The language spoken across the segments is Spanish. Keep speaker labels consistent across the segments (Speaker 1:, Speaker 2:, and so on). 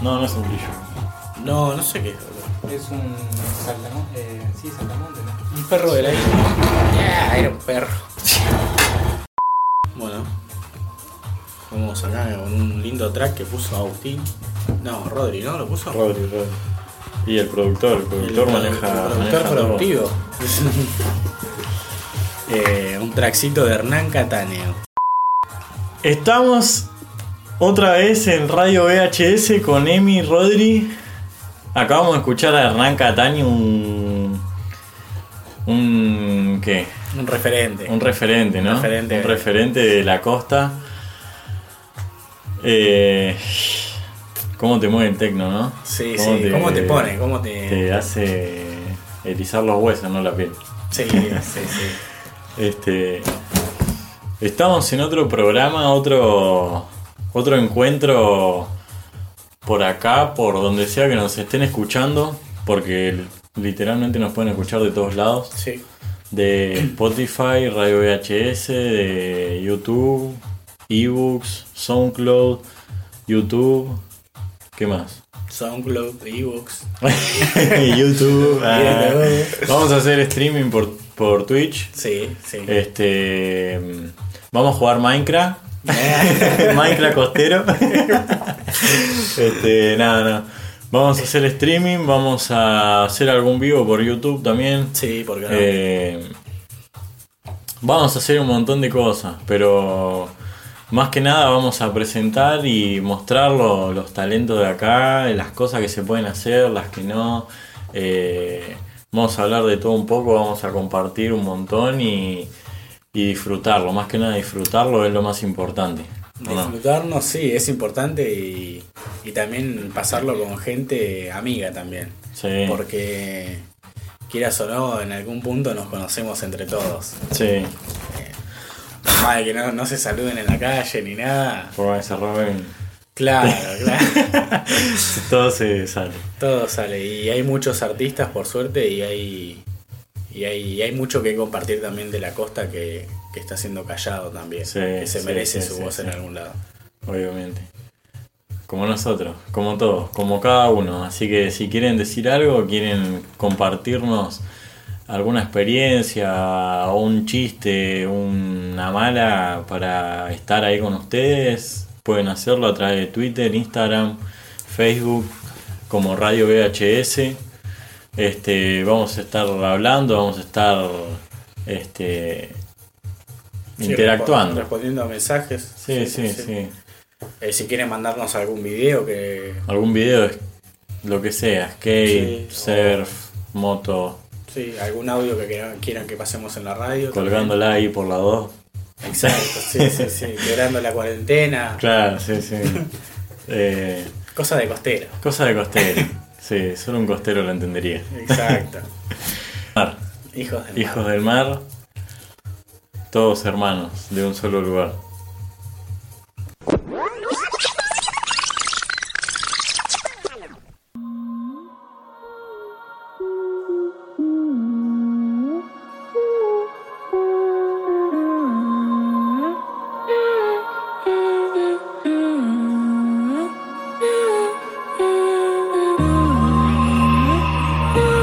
Speaker 1: No, no es un brillo.
Speaker 2: No, no sé qué es, boludo.
Speaker 3: Es un saltamonte. Eh, sí, saltamonte, ¿no?
Speaker 2: Un perro de la isla. Ya, Ah, era un perro. Bueno, vamos acá con un lindo track que puso Agustín. No, Rodri, ¿no? ¿Lo puso?
Speaker 1: Rodri, Rodri. Y el productor, el productor maneja.
Speaker 2: el productor
Speaker 1: maneja todo.
Speaker 2: productivo. Eh, un trackcito de Hernán Cataneo.
Speaker 1: Estamos otra vez en Radio VHS con Emi Rodri. Acabamos de escuchar a Hernán Cataño, un. un. ¿qué?
Speaker 2: Un referente.
Speaker 1: Un referente, ¿no?
Speaker 2: Referente.
Speaker 1: Un referente de la costa. Eh, ¿Cómo te mueve el tecno, no?
Speaker 2: Sí, sí. ¿Cómo te pone? ¿Cómo te.?
Speaker 1: Te hace erizar los huesos, no la piel.
Speaker 2: Sí, sí, sí.
Speaker 1: Este. Estamos en otro programa, otro. otro encuentro por acá, por donde sea que nos estén escuchando, porque literalmente nos pueden escuchar de todos lados.
Speaker 2: Sí.
Speaker 1: De Spotify, Radio VHS, de YouTube, ebooks, SoundCloud, YouTube. ¿Qué más?
Speaker 2: SoundCloud, Evox.
Speaker 1: YouTube. ah.
Speaker 2: Bien,
Speaker 1: Vamos a hacer streaming por, por Twitch.
Speaker 2: Sí, sí.
Speaker 1: Este. mm, Vamos a jugar Minecraft. Eh. Minecraft costero. este, nada, nada. Vamos a hacer streaming, vamos a hacer algún vivo por YouTube también.
Speaker 2: sí, porque no.
Speaker 1: Eh, vamos a hacer un montón de cosas, pero más que nada vamos a presentar y mostrar lo- los talentos de acá, las cosas que se pueden hacer, las que no. Eh, vamos a hablar de todo un poco, vamos a compartir un montón y, y disfrutarlo. Más que nada disfrutarlo es lo más importante. ¿o no?
Speaker 2: Disfrutarnos, sí, es importante y, y también pasarlo con gente amiga también.
Speaker 1: Sí,
Speaker 2: Porque quieras o no, en algún punto nos conocemos entre todos.
Speaker 1: sí.
Speaker 2: Por Más de que no, no se saluden en la calle ni nada.
Speaker 1: Por más que se roben,
Speaker 2: Claro, claro.
Speaker 1: todo se sale.
Speaker 2: Todo sale. Y hay muchos artistas, por suerte, y hay, y hay, y hay mucho que compartir también de la costa que, que está siendo callado también.
Speaker 1: Sí,
Speaker 2: que se
Speaker 1: sí,
Speaker 2: merece
Speaker 1: sí,
Speaker 2: su
Speaker 1: sí,
Speaker 2: voz
Speaker 1: sí.
Speaker 2: en algún lado.
Speaker 1: Obviamente. Como nosotros, como todos, como cada uno. Así que si quieren decir algo, quieren compartirnos alguna experiencia, o un chiste, una mala para estar ahí con ustedes, pueden hacerlo a través de Twitter, Instagram, Facebook, como Radio VHS. Este, vamos a estar hablando, vamos a estar este,
Speaker 2: Sí,
Speaker 1: interactuando.
Speaker 2: Respondiendo a mensajes.
Speaker 1: sí, sí. sí.
Speaker 2: Eh, si quieren mandarnos algún video que.
Speaker 1: algún video, es- lo que sea, skate,
Speaker 2: Sí,
Speaker 1: surf, moto,
Speaker 2: Sí, algún audio que quieran, quieran que pasemos en la radio.
Speaker 1: colgándola ahí por la 2.
Speaker 2: también. Exacto, sí, sí, sí. Quebrando la cuarentena.
Speaker 1: Claro, sí, sí. Eh,
Speaker 2: Cosa de costero.
Speaker 1: cosa de costero. Sí, solo un costero lo entendería.
Speaker 2: Exacto.
Speaker 1: Mar,
Speaker 2: Hijos de
Speaker 1: hijos del mar, todos hermanos de un solo lugar.
Speaker 4: Mm-hmm.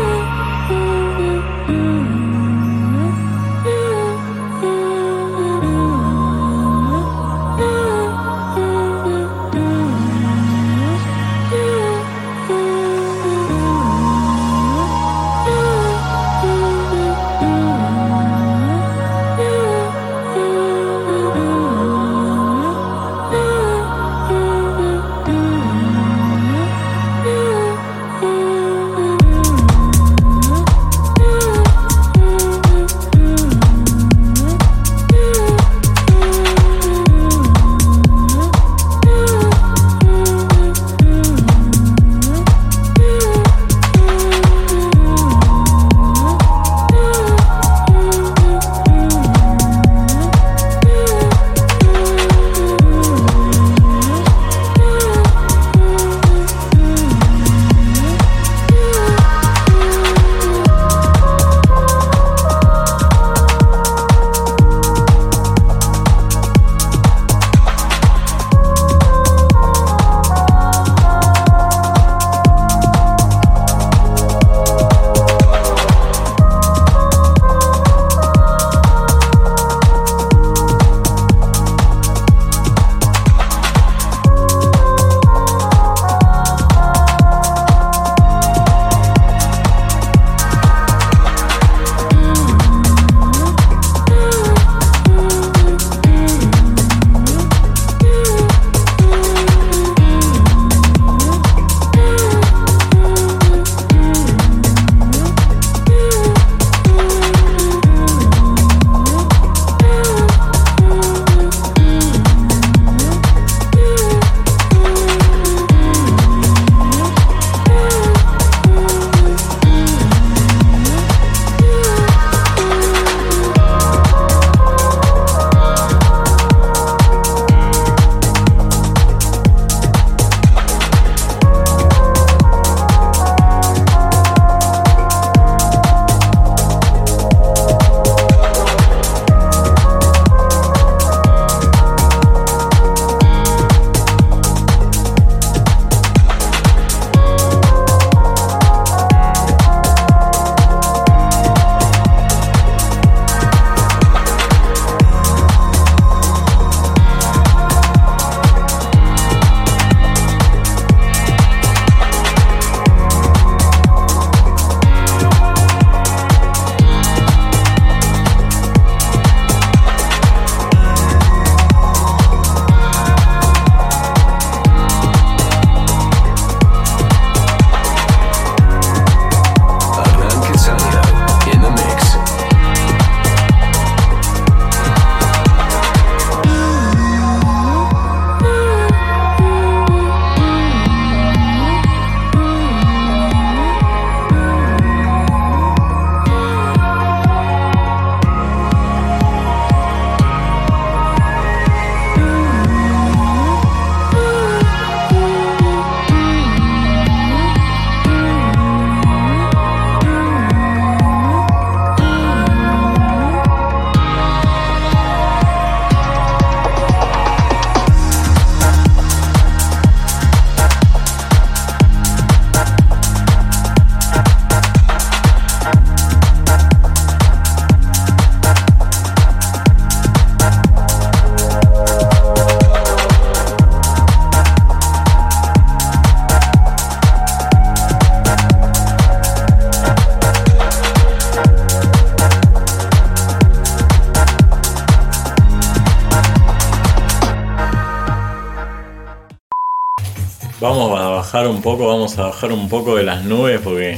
Speaker 1: Vamos a bajar un poco, vamos a bajar un poco de las nubes porque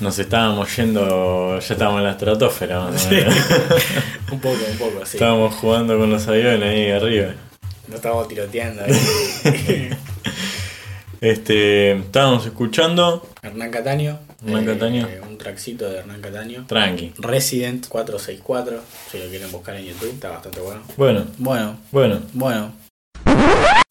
Speaker 1: nos estábamos yendo, ya estábamos en la estratosfera. más o menos.
Speaker 2: Un poco, un poco, sí.
Speaker 1: Estábamos jugando con los aviones ahí arriba.
Speaker 2: No estábamos tiroteando ahí.
Speaker 1: Este, estábamos escuchando
Speaker 2: Hernán Cataño. Eh,
Speaker 1: Hernán Cataño.
Speaker 2: un traxito de Hernán Cataño.
Speaker 1: Tranqui.
Speaker 2: Resident 464, si lo quieren buscar en YouTube, está bastante bueno.
Speaker 1: Bueno,
Speaker 2: Bueno,
Speaker 1: bueno.
Speaker 2: bueno.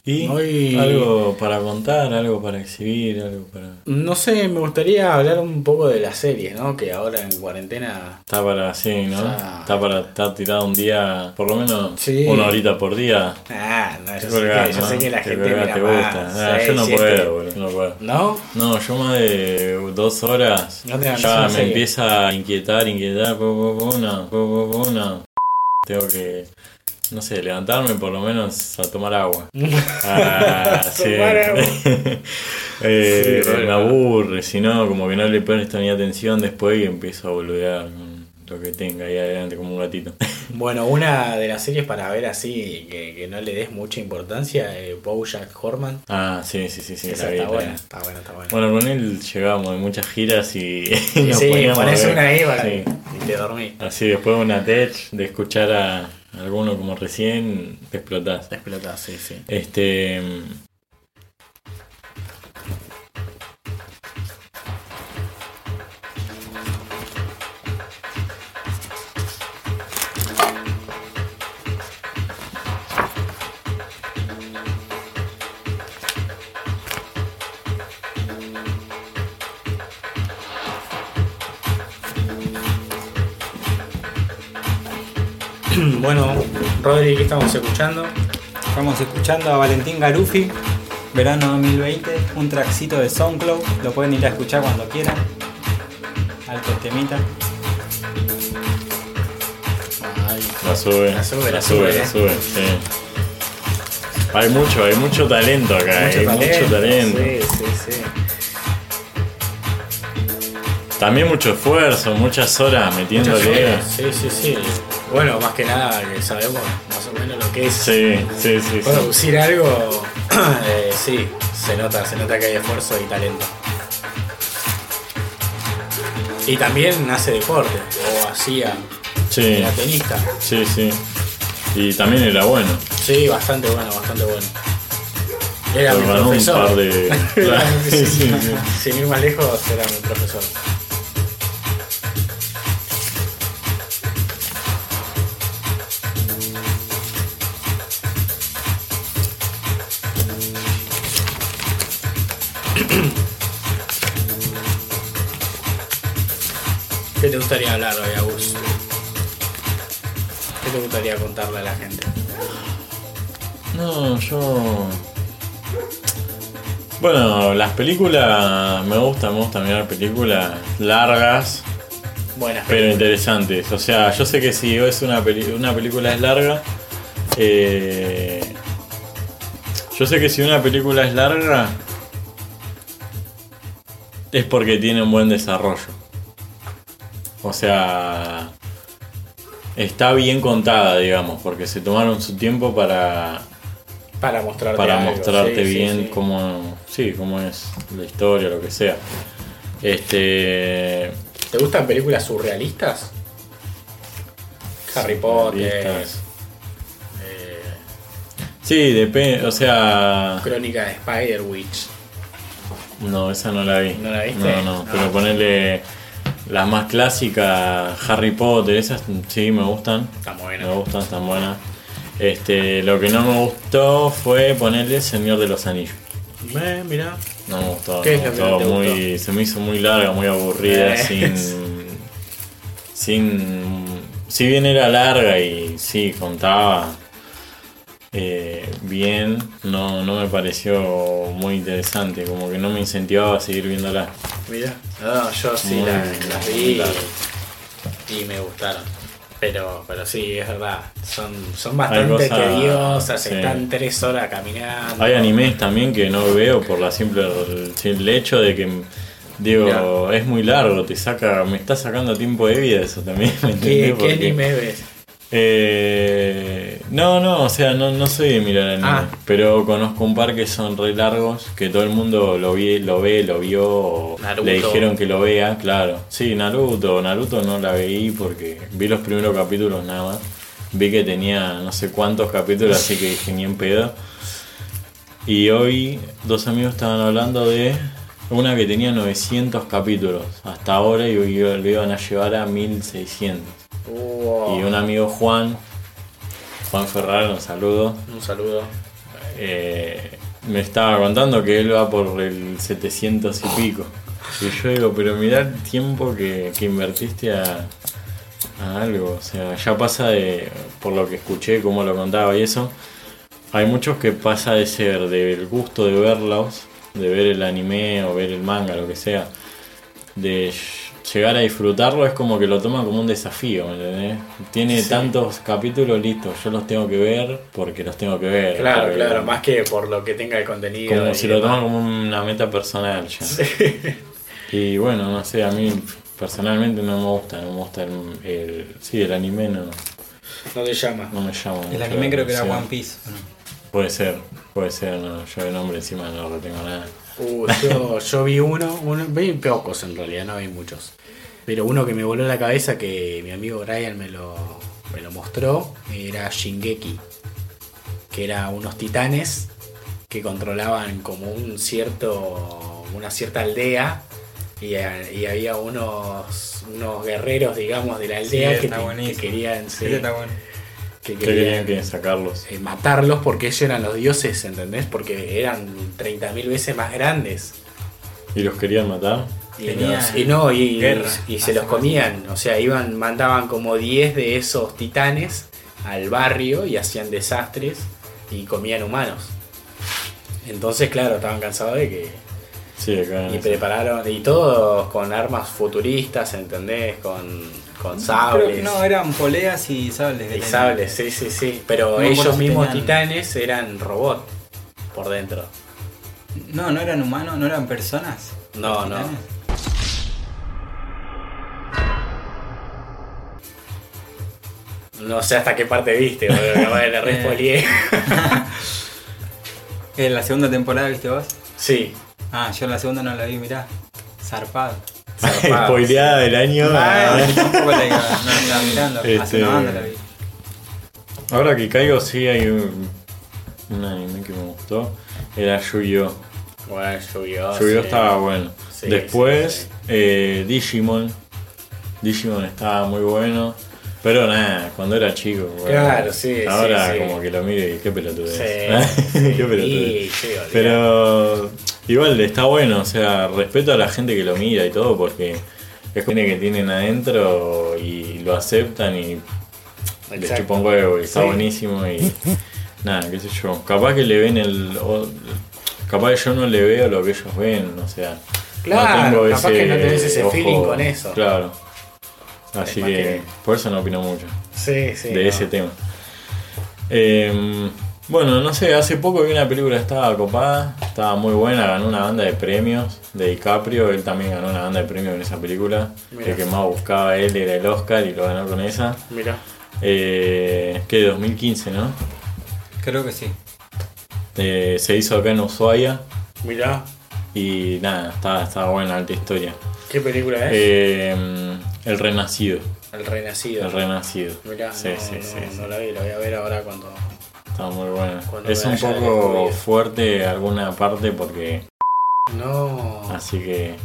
Speaker 1: ¿Y
Speaker 2: Hoy-
Speaker 1: algo para contar, algo para exhibir, algo para...
Speaker 2: No sé, me gustaría hablar un poco de las series, ¿no? Que ahora en cuarentena...
Speaker 1: Está para, sí, ¿no?
Speaker 2: Ya.
Speaker 1: Está para estar tirado un día, por lo menos
Speaker 2: Sí.
Speaker 1: una horita por día.
Speaker 2: Ah, no,
Speaker 1: Te
Speaker 2: yo, sé
Speaker 1: colgás,
Speaker 2: que, yo
Speaker 1: ¿no?
Speaker 2: sé que la
Speaker 1: Te
Speaker 2: gente
Speaker 1: colgás,
Speaker 2: mira
Speaker 1: te
Speaker 2: más,
Speaker 1: gusta. Ah,
Speaker 2: seis,
Speaker 1: yo no
Speaker 2: siete.
Speaker 1: puedo, boludo, no puedo.
Speaker 2: ¿No?
Speaker 1: No, yo más de dos horas
Speaker 2: No te dan
Speaker 1: ya
Speaker 2: una
Speaker 1: me
Speaker 2: serie.
Speaker 1: empieza a inquietar, inquietar, po, po, po, no, po, po, po, no. Tengo que, no sé, levantarme por lo menos a tomar agua. Ah, sí.
Speaker 2: Tomar agua.
Speaker 1: Eh,
Speaker 2: Sí, re,
Speaker 1: me
Speaker 2: ¿no?
Speaker 1: aburre, si no, como que no le presto ni atención después y empiezo a boludear con lo que tenga ahí adelante como un gatito.
Speaker 2: Bueno, una de las series para ver así, que, que no le des mucha importancia, eh, Bojack Horman.
Speaker 1: Ah, sí, sí, sí, sí,
Speaker 2: Esa
Speaker 1: la vi,
Speaker 2: está
Speaker 1: la
Speaker 2: buena,
Speaker 1: vi.
Speaker 2: está buena, está buena.
Speaker 1: Bueno, con él llegábamos de muchas giras y nos
Speaker 2: sí,
Speaker 1: poníamos a
Speaker 2: ponés
Speaker 1: ver.
Speaker 2: una ahí para
Speaker 1: Sí.
Speaker 2: y te dormí.
Speaker 1: Así después de una tech, de escuchar a alguno como recién, te explotás.
Speaker 2: Te explotás, sí, sí.
Speaker 1: Este. mm,
Speaker 2: Mm, Bueno, Rodri, ¿qué estamos escuchando?
Speaker 3: Estamos escuchando a Valentín Garufi, verano 2020, un traxito de SoundCloud, lo pueden ir a escuchar cuando quieran. Alto temita.
Speaker 2: Ay,
Speaker 1: La sube.
Speaker 2: La sube, la sube,
Speaker 1: la
Speaker 2: eh.
Speaker 1: sube, sí. Hay mucho, hay mucho talento acá, hay mucho talento.
Speaker 2: Sí, sí, sí.
Speaker 1: También mucho esfuerzo, muchas horas metiéndole.
Speaker 2: Sí, sí, sí. Bueno, más que nada que sabemos más o menos lo que es
Speaker 1: Sí, sí, sí. sí.
Speaker 2: producir algo. eh, sí, se nota, se nota que hay esfuerzo y talento. Y también hace deporte, o hacía,
Speaker 1: Sí,
Speaker 2: era tenista.
Speaker 1: sí, sí. Y también era bueno.
Speaker 2: Sí, bastante bueno, bastante bueno. Era mi
Speaker 1: Ganó un
Speaker 2: profesor.
Speaker 1: par de.
Speaker 2: Era mi-
Speaker 1: Sí, sí, sí.
Speaker 2: Sin ir más lejos, era mi profesor. ¿Qué te gustaría hablar hoy, Agus? ¿Qué te gustaría contarle a la gente?
Speaker 1: No, yo. Bueno, las películas me gusta, me gusta mirar películas largas,
Speaker 2: Buenas
Speaker 1: pero interesantes. O sea, yo sé que si es una, peli- una película es larga, eh, yo sé que si una película es larga, es porque tiene un buen desarrollo. O sea, está bien contada, digamos, porque se tomaron su tiempo para
Speaker 2: Para mostrarte
Speaker 1: para
Speaker 2: algo,
Speaker 1: mostrarte
Speaker 2: sí, sí,
Speaker 1: bien
Speaker 2: sí.
Speaker 1: cómo sí cómo es la historia lo que sea este
Speaker 2: ¿Te gustan películas surrealistas? Harry Potter,
Speaker 1: listas.
Speaker 2: eh,
Speaker 1: sí depende o sea
Speaker 2: Crónica de Spider Witch.
Speaker 1: no esa no la vi
Speaker 2: ¿No la viste?
Speaker 1: no no,
Speaker 2: Ah.
Speaker 1: pero ponerle las más clásicas Harry Potter esas sí me gustan
Speaker 2: Está buena.
Speaker 1: me gustan están buenas este lo que no me gustó fue ponerle Señor de los Anillos
Speaker 2: Eh, mirá.
Speaker 1: No me gustó.
Speaker 2: ¿Qué
Speaker 1: no
Speaker 2: es
Speaker 1: me
Speaker 2: lo que no
Speaker 1: gustó,
Speaker 2: te
Speaker 1: muy, Se me hizo muy larga, muy aburrida,
Speaker 2: Eh.
Speaker 1: sin. Sin. Si bien era larga y sí, contaba eh, bien, no, no me pareció muy interesante, como que no me incentivaba a seguir viéndola.
Speaker 2: Mirá. No, yo sí
Speaker 1: Muy
Speaker 2: la-
Speaker 1: bien,
Speaker 2: las
Speaker 1: muy
Speaker 2: vi
Speaker 1: largo.
Speaker 2: y me gustaron. Pero, pero sí, es verdad. Son, son
Speaker 1: Hay
Speaker 2: bastante
Speaker 1: cosas-
Speaker 2: tediosas,
Speaker 1: sí.
Speaker 2: están tres horas caminando.
Speaker 1: Hay animes también que no veo por la simple el simple hecho de que digo, es muy largo, te saca, me está sacando tiempo de vida eso también, ¿me entendés?
Speaker 2: ¿Qué, qué
Speaker 1: Porque-
Speaker 2: anime ves?
Speaker 1: Eh, no, no, o sea, no, no soy de mirar anime,
Speaker 3: Ah.
Speaker 1: pero conozco un par que son re largos, que todo el mundo lo, vi, lo ve, lo vio, o
Speaker 2: Naruto.
Speaker 1: le dijeron que lo vea, claro. Sí, Naruto, Naruto no la veí porque vi los primeros capítulos nada más. Vi que tenía no sé cuántos capítulos, así que dije ni en pedo. Y hoy dos amigos estaban hablando de una que tenía 900 capítulos hasta ahora y lo iban a llevar a 1600.
Speaker 2: Wow.
Speaker 1: Y un amigo Juan, Juan Ferrar, un saludo,
Speaker 2: Un saludo.
Speaker 1: eh, me estaba contando que él va por el 700 y pico. Y yo digo, pero mirá el tiempo que, que invertiste a, a algo. O sea, ya pasa de, por lo que escuché, cómo lo contaba y eso, hay muchos que pasa de ser del gusto de verlos, de ver el anime o ver el manga, lo que sea, de ll- llegar a disfrutarlo, es como que lo toman como un desafío, ¿me entendés? Tiene tantos capítulos listos, yo los tengo que ver porque los tengo que ver.
Speaker 2: Claro,
Speaker 1: porque-
Speaker 2: claro, más que por lo que tenga el contenido.
Speaker 1: Como
Speaker 2: y
Speaker 1: si lo
Speaker 2: demás.
Speaker 1: toman como una meta personal ya. Y bueno, no sé, a mí personalmente no me gusta, no me gusta el... el- sí, el anime no,
Speaker 2: No te llama.
Speaker 1: no me llama mucho
Speaker 3: El
Speaker 1: la
Speaker 3: anime creo que era
Speaker 1: atención.
Speaker 3: One Piece. ¿o no?
Speaker 1: Puede ser, puede ser, no, yo de nombre encima no retengo nada.
Speaker 2: Uh, yo, yo vi uno, uno, vi pocos en realidad, no vi muchos. Pero uno que me voló la cabeza que mi amigo Brian me lo, me lo mostró era Shingeki. Que era unos titanes que controlaban como un cierto. una cierta aldea. Y, a- y había unos, unos guerreros, digamos, de la aldea
Speaker 3: Sí,
Speaker 2: que,
Speaker 3: está
Speaker 2: te- que
Speaker 3: buenísimo.
Speaker 2: querían, sí,
Speaker 3: Ese está bueno.
Speaker 2: que
Speaker 1: ¿Qué
Speaker 2: querían-
Speaker 1: querían que sacarlos?
Speaker 2: eh, matarlos porque ellos eran los dioses, ¿entendés? Porque eran 30.000 veces más grandes.
Speaker 1: ¿Y los querían matar?
Speaker 2: Y,
Speaker 3: Tenía
Speaker 2: los- y no, y,
Speaker 3: guerra.
Speaker 2: y se los comían. O sea, iban, mandaban como 10 de esos titanes al barrio y hacían desastres y comían humanos. Entonces, claro, estaban cansados de que.
Speaker 1: Sí, acá.
Speaker 2: Y prepararon. Y todos con armas futuristas, ¿entendés? Con, con sables.
Speaker 3: Creo que no, eran poleas y sables. que
Speaker 2: Y
Speaker 3: tenían.
Speaker 2: sables, sí, sí, sí. Pero
Speaker 3: No me acuerdo
Speaker 2: ellos
Speaker 3: si
Speaker 2: mismos
Speaker 3: tenían-
Speaker 2: titanes eran robot por dentro.
Speaker 3: No, no eran humanos, no eran personas.
Speaker 2: No, no.
Speaker 3: Titanes.
Speaker 2: No sé hasta qué parte viste, boludo. capaz que le
Speaker 3: Eh.
Speaker 2: respolié.
Speaker 3: En Eh, la segunda temporada, ¿viste vos?
Speaker 2: Sí.
Speaker 3: Ah, yo la segunda no la vi, mirá. Zarpado.
Speaker 2: zarpado.
Speaker 1: Spoileada del año.
Speaker 3: Ah, tampoco la iba, no la estaba mirando. Hace
Speaker 1: Este-
Speaker 3: una banda la
Speaker 2: eh.
Speaker 3: vi.
Speaker 1: Ahora que caigo, sí hay un, un anime que me gustó. Era Yu-Gi-Oh!
Speaker 2: Bueno, llovió.
Speaker 1: Yu-Gi-Oh! estaba bueno.
Speaker 2: Ah, Sí,
Speaker 1: Después,
Speaker 2: sí,
Speaker 1: eh, Digimon. Digimon estaba muy bueno. Pero nada, cuando era chico. bueno.
Speaker 2: Claro, sí, sí,
Speaker 1: Ahora
Speaker 2: sí.
Speaker 1: como que lo miro y qué pelotudez.
Speaker 2: Sí, sí.
Speaker 1: qué pelotudez.
Speaker 2: Y, sí, olvidate.
Speaker 1: Pero igual está bueno, o sea, respeto a la gente que lo mira y todo porque es gente que tienen adentro y lo aceptan y les
Speaker 2: Exacto.
Speaker 1: chupa un huevo y está
Speaker 2: Sí.
Speaker 1: buenísimo y nada, qué sé yo. Capaz que le ven el... o- capaz que yo no le veo lo que ellos ven, o sea...
Speaker 2: Claro, capaz que no tenés ese feeling con eso.
Speaker 1: Claro. Así
Speaker 2: más
Speaker 1: que,
Speaker 2: que-
Speaker 1: por eso no opino mucho
Speaker 2: Sí, sí.
Speaker 1: de
Speaker 2: no.
Speaker 1: ese tema. Eh, bueno, no sé, hace poco vi una película, estaba copada, estaba muy buena, ganó una banda de premios de DiCaprio, él también ganó una banda de premios en esa película,
Speaker 2: Mirá.
Speaker 1: el que más buscaba él era el Oscar y lo ganó con esa.
Speaker 2: Mira.
Speaker 1: Eh, que 2015, ¿no?
Speaker 3: Creo que sí.
Speaker 1: Eh, se hizo acá en Ushuaia
Speaker 2: Mirá.
Speaker 1: y nada, estaba, estaba buena, alta historia.
Speaker 2: ¿Qué película es?
Speaker 1: Eh, el Renacido,
Speaker 2: El Renacido.
Speaker 1: el Renacido.
Speaker 2: Mirá,
Speaker 1: sí,
Speaker 2: no,
Speaker 1: sí,
Speaker 2: no,
Speaker 1: sí, sí.
Speaker 2: no la vi, la voy a ver ahora cuando.
Speaker 1: Está muy bueno.
Speaker 2: Cuando
Speaker 1: Es un
Speaker 2: vaya a la
Speaker 1: poco
Speaker 2: comida.
Speaker 1: fuerte alguna parte porque.
Speaker 2: No.
Speaker 1: Así que.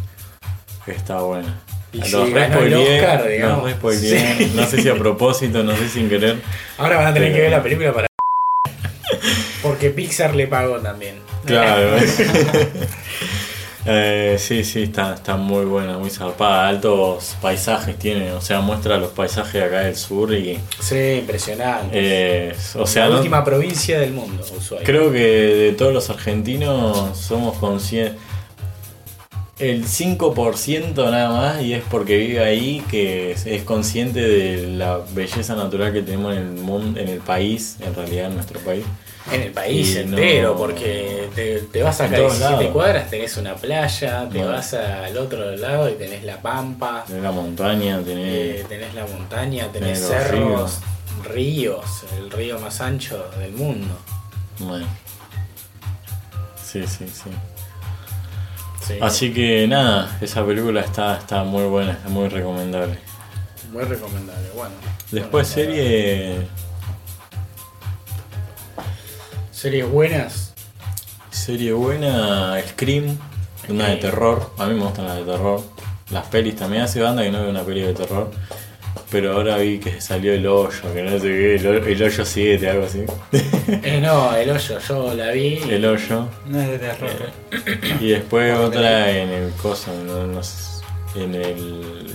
Speaker 1: Está bueno.
Speaker 2: Y
Speaker 1: Los
Speaker 2: si ganó el
Speaker 1: respoileé,
Speaker 2: Oscar,
Speaker 1: los
Speaker 2: digamos.
Speaker 1: respoileé,
Speaker 2: Sí.
Speaker 1: No sé si a propósito, no sé sin querer.
Speaker 2: Ahora van a tener
Speaker 1: Pero-
Speaker 2: que ver la película para. Porque Pixar le pagó también.
Speaker 1: Claro. Eh, sí, sí, está, está muy buena, muy zarpada. Altos paisajes tiene. O sea, muestra los paisajes de acá del sur y.
Speaker 2: Sí, impresionante.
Speaker 1: eh, o sea,
Speaker 2: la
Speaker 1: no-
Speaker 2: última provincia del mundo, Ushuaia.
Speaker 1: Creo que de todos los argentinos somos conscientes. El 5% nada más, y es porque vive ahí, que es, es consciente de la belleza natural que tenemos en el mundo, en el país, en realidad en nuestro país.
Speaker 2: En el país
Speaker 1: Y no-
Speaker 2: entero, porque te, te vas
Speaker 1: En
Speaker 2: acá
Speaker 1: todos
Speaker 2: 17
Speaker 1: lados.
Speaker 2: cuadras, tenés una playa, te
Speaker 1: Bueno.
Speaker 2: vas al otro lado y tenés la pampa,
Speaker 1: Tenés la montaña, tenés...
Speaker 2: eh, tenés la montaña, tenés
Speaker 1: tenés los
Speaker 2: cerros,
Speaker 1: ríos,
Speaker 2: ríos, el río más ancho del mundo.
Speaker 1: Bueno. Sí, sí, sí.
Speaker 2: Sí,
Speaker 1: Así que nada, esa película está, está muy buena, está muy recomendable.
Speaker 2: Muy recomendable, bueno.
Speaker 1: Después
Speaker 2: Bueno,
Speaker 1: serie.
Speaker 2: Series buenas.
Speaker 1: Serie buena, Scream, una de
Speaker 2: Scream.
Speaker 1: terror. A mí me gustan las de terror. Las pelis también hace banda que no veo una peli de terror. Pero ahora vi que salió el hoyo, que no sé qué, el, hoyo- el hoyo 7, algo así.
Speaker 2: Eh, no, el hoyo, yo la vi.
Speaker 1: el hoyo.
Speaker 3: No es de terror.
Speaker 1: Y después otra en el coso, no- no sé, en el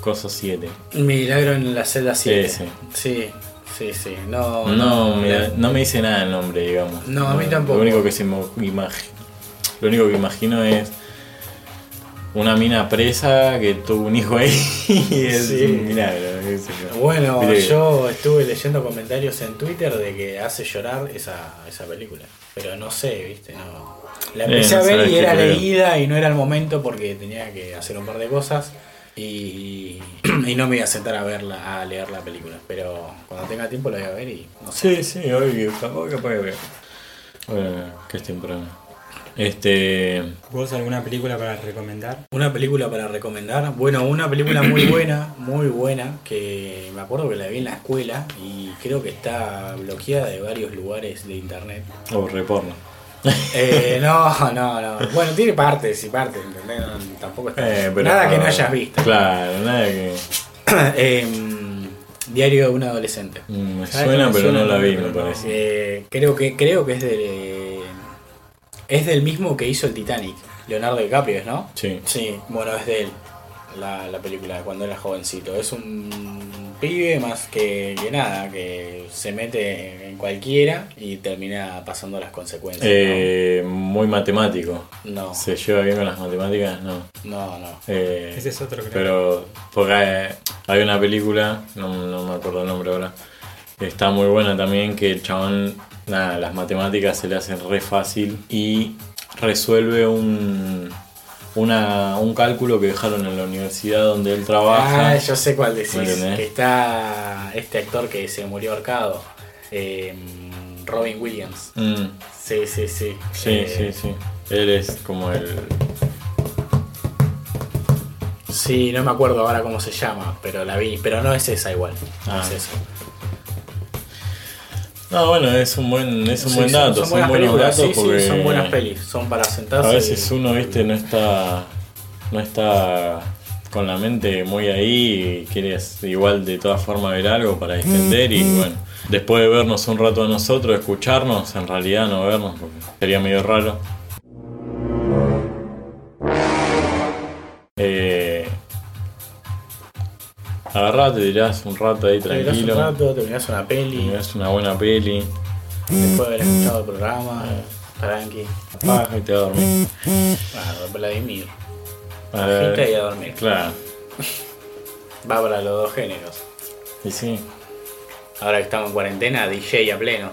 Speaker 1: coso 7.
Speaker 2: Milagro en la celda 7.
Speaker 1: Sí,
Speaker 2: Sí, sí. Sí, No,
Speaker 1: No, me,
Speaker 2: la-
Speaker 1: no me dice nada el nombre, digamos.
Speaker 2: No, a mí tampoco.
Speaker 1: Lo único que se me imagino, lo único que imagino es una mina presa que tuvo un hijo ahí y es
Speaker 2: Sí.
Speaker 1: un milagro. qué sé yo.
Speaker 2: Bueno,
Speaker 1: Viste que-
Speaker 2: yo estuve leyendo comentarios en Twitter de que hace llorar esa, esa película. Pero no sé, viste, no. La
Speaker 1: Eh,
Speaker 2: empecé
Speaker 1: no
Speaker 2: a ver
Speaker 1: sabes
Speaker 2: y
Speaker 1: qué
Speaker 2: era
Speaker 1: creer.
Speaker 2: leída y no era el momento porque tenía que hacer un par de cosas y, y no me iba a sentar a verla, a leer la película. Pero cuando tenga tiempo la voy a ver y no sé.
Speaker 1: Sí, sí, hoy que hoy capaz que veo. Bueno, que es temprano. Este.
Speaker 3: ¿Vos alguna película para recomendar?
Speaker 2: Una película para recomendar. Bueno, una película muy buena, muy buena, que me acuerdo que la vi en la escuela y creo que está bloqueada de varios lugares de internet.
Speaker 1: O reporno.
Speaker 2: Eh, no, no, no. Bueno, tiene partes y partes, ¿entendés? No, tampoco está.
Speaker 1: Eh, pero-
Speaker 2: Nada que no hayas visto.
Speaker 1: Claro, nada que.
Speaker 2: Em, diario de un adolescente.
Speaker 1: Mm, Me
Speaker 3: ¿Sabes
Speaker 1: suena,
Speaker 3: que me
Speaker 1: pero
Speaker 3: suena,
Speaker 1: no la vi,
Speaker 3: pero
Speaker 1: me
Speaker 3: no?
Speaker 1: parece.
Speaker 2: Eh, creo que creo que es del es del mismo que hizo el Titanic, Leonardo DiCaprio, ¿es, ¿no?
Speaker 1: Sí.
Speaker 2: Sí, bueno, es de él. La, la película cuando era jovencito. Es un pibe más que, que nada, que se mete en cualquiera y termina pasando las consecuencias.
Speaker 1: Eh, muy matemático.
Speaker 2: no,
Speaker 1: ¿Se lleva bien con las matemáticas? No.
Speaker 2: no, no. no.
Speaker 1: Eh,
Speaker 3: Ese es otro que
Speaker 1: Pero porque eh, hay una película, no, no me acuerdo el nombre ahora, que está muy buena también, que el chabón, nada, las matemáticas se le hacen re fácil y resuelve un, una- un cálculo que dejaron en la universidad donde él trabaja.
Speaker 2: Ah, yo sé cuál decís.
Speaker 1: Bueno, eh.
Speaker 2: Que está este actor que se murió ahorcado. em, Robin Williams.
Speaker 1: Mm,
Speaker 2: Sí, sí, sí.
Speaker 1: sí,
Speaker 2: Eh,
Speaker 1: sí, sí. Él es como el...
Speaker 2: Sí, no me acuerdo ahora cómo se llama, pero la vi. Pero no es esa igual. No
Speaker 1: Ah.
Speaker 2: es esa.
Speaker 1: No, bueno, es un buen, es un
Speaker 2: Sí,
Speaker 1: buen
Speaker 2: son-
Speaker 1: dato, son,
Speaker 2: buenas
Speaker 1: buenos
Speaker 2: películas,
Speaker 1: datos
Speaker 2: sí, sí,
Speaker 1: porque
Speaker 2: son buenas pelis, son para
Speaker 1: A
Speaker 2: sentarse.
Speaker 1: veces
Speaker 2: y-
Speaker 1: uno, viste, no está. No está con la mente muy ahí y quieres igual de todas formas ver algo
Speaker 2: Mm,
Speaker 1: para extender y bueno, después de vernos un rato a nosotros, escucharnos, en realidad no vernos porque sería medio raro. Eh, agarrá, te tirás un rato ahí
Speaker 2: te mirás un
Speaker 1: tranquilo,
Speaker 2: rato, te mirás una peli,
Speaker 1: mirás una buena peli,
Speaker 2: después de haber escuchado el programa,
Speaker 1: Ah.
Speaker 2: tranqui.
Speaker 1: apagás y te vas a dormir.
Speaker 2: Ah, Vladimir. Mm.
Speaker 1: A
Speaker 2: Agita y
Speaker 1: ver,
Speaker 2: a dormir.
Speaker 1: Eh, claro,
Speaker 2: Va para los dos géneros.
Speaker 1: y sí.
Speaker 2: Ahora que estamos en cuarentena, DJ a pleno.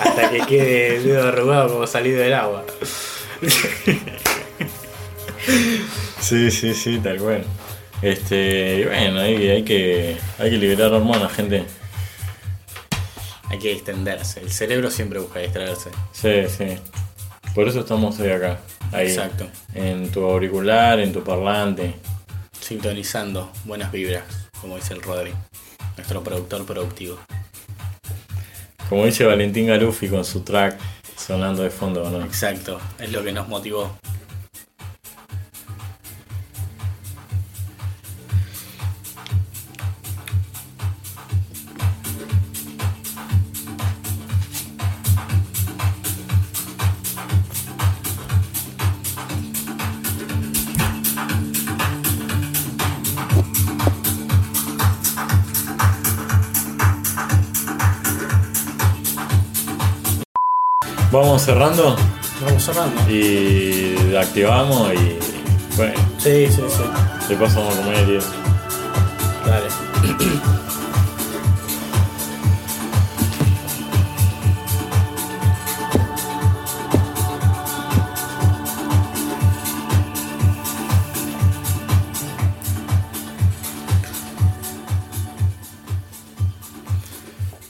Speaker 2: Hasta que quede el dedo arrugado como salido del agua.
Speaker 1: Sí, sí, sí, tal cual. Este, y bueno, hay, hay que hay que liberar hormonas, gente.
Speaker 2: Hay que extenderse. El cerebro siempre busca distraerse.
Speaker 1: Sí, sí. Por eso estamos hoy acá. Ahí,
Speaker 2: Exacto.
Speaker 1: En tu auricular, en tu parlante.
Speaker 2: Sintonizando buenas vibras, como dice el Rodri, nuestro productor productivo.
Speaker 1: Como dice Valentín Garufi con su track sonando de fondo, ¿no?
Speaker 2: Exacto, es lo que nos motivó.
Speaker 1: Vamos cerrando
Speaker 2: Vamos cerrando.
Speaker 1: y activamos y bueno,
Speaker 2: Sí, sí, sí.
Speaker 1: te pasamos a comer y eso.
Speaker 2: Dale.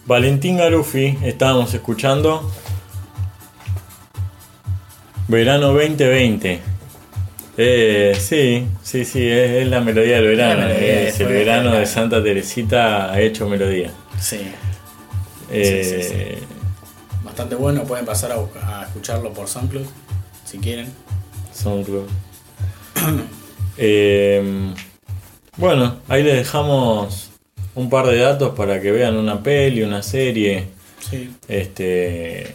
Speaker 1: Valentín Garufi, estábamos escuchando. Verano 2020. Eh, sí, sí, sí, es, es la melodía del verano.
Speaker 2: La melodía
Speaker 1: es
Speaker 2: fue
Speaker 1: el
Speaker 2: de
Speaker 1: verano de
Speaker 2: verano.
Speaker 1: Santa Teresita ha hecho melodía.
Speaker 2: Sí.
Speaker 1: Eh,
Speaker 2: sí, sí. Bastante bueno, pueden pasar a, busca- a escucharlo por SoundCloud si quieren.
Speaker 1: SoundCloud. Eh, bueno, ahí les dejamos un par de datos para que vean una peli, una serie.
Speaker 2: Sí.
Speaker 1: Este,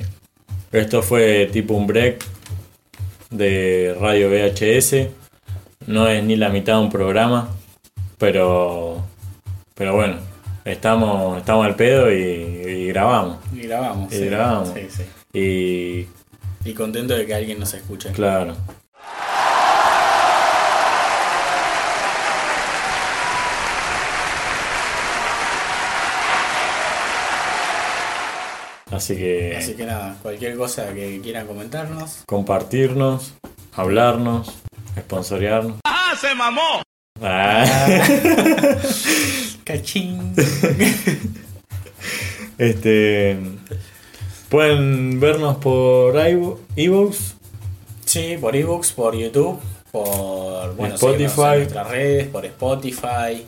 Speaker 1: esto fue tipo un break de radio VHS. No es ni la mitad de un programa, pero, pero bueno, estamos, estamos al pedo y, y grabamos.
Speaker 2: Y grabamos.
Speaker 1: Y
Speaker 2: sí.
Speaker 1: grabamos.
Speaker 2: Sí, sí.
Speaker 1: Y
Speaker 2: Y contento de que alguien nos escuche.
Speaker 1: claro, así que,
Speaker 2: Así que nada, cualquier cosa que quieran comentarnos,
Speaker 1: compartirnos, hablarnos, esponsorearnos. ¡Ah, se mamó! Ah,
Speaker 2: cachín.
Speaker 1: Este. Pueden vernos por iVo- iVoox.
Speaker 2: sí, por ebooks, por YouTube, por bueno,
Speaker 1: Spotify.
Speaker 2: seguirnos en nuestras redes, por Spotify.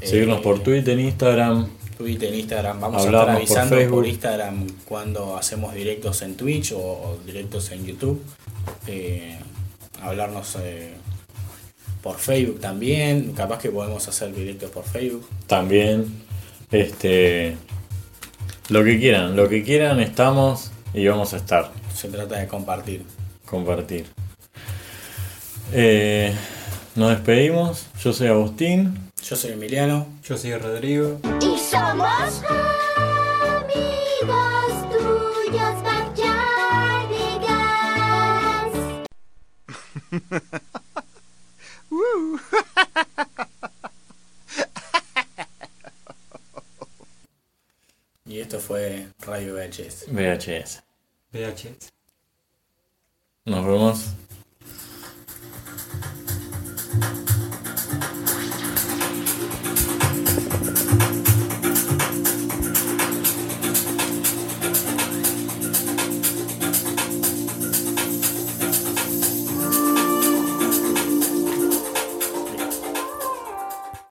Speaker 1: seguirnos
Speaker 2: eh,
Speaker 1: por Twitter, Instagram.
Speaker 2: Twitter, Instagram. Vamos
Speaker 1: Hablamos
Speaker 2: a
Speaker 1: por
Speaker 2: estar avisando por,
Speaker 1: Facebook.
Speaker 2: Instagram cuando hacemos directos en Twitch o, o directos en YouTube. Eh, hablarnos eh, por Facebook también. Capaz que podemos hacer directos por Facebook.
Speaker 1: También. Este. Lo que quieran, lo que quieran, estamos y vamos a estar.
Speaker 2: Se trata de compartir.
Speaker 1: Compartir. Eh, nos despedimos. Yo soy Agustín.
Speaker 2: Yo soy Emiliano.
Speaker 3: Yo soy Rodrigo.
Speaker 4: Y somos amigos tuyos, Bachardigas.
Speaker 2: Y esto fue Radio VHS.
Speaker 1: VHS.
Speaker 3: VHS.
Speaker 1: Nos vemos.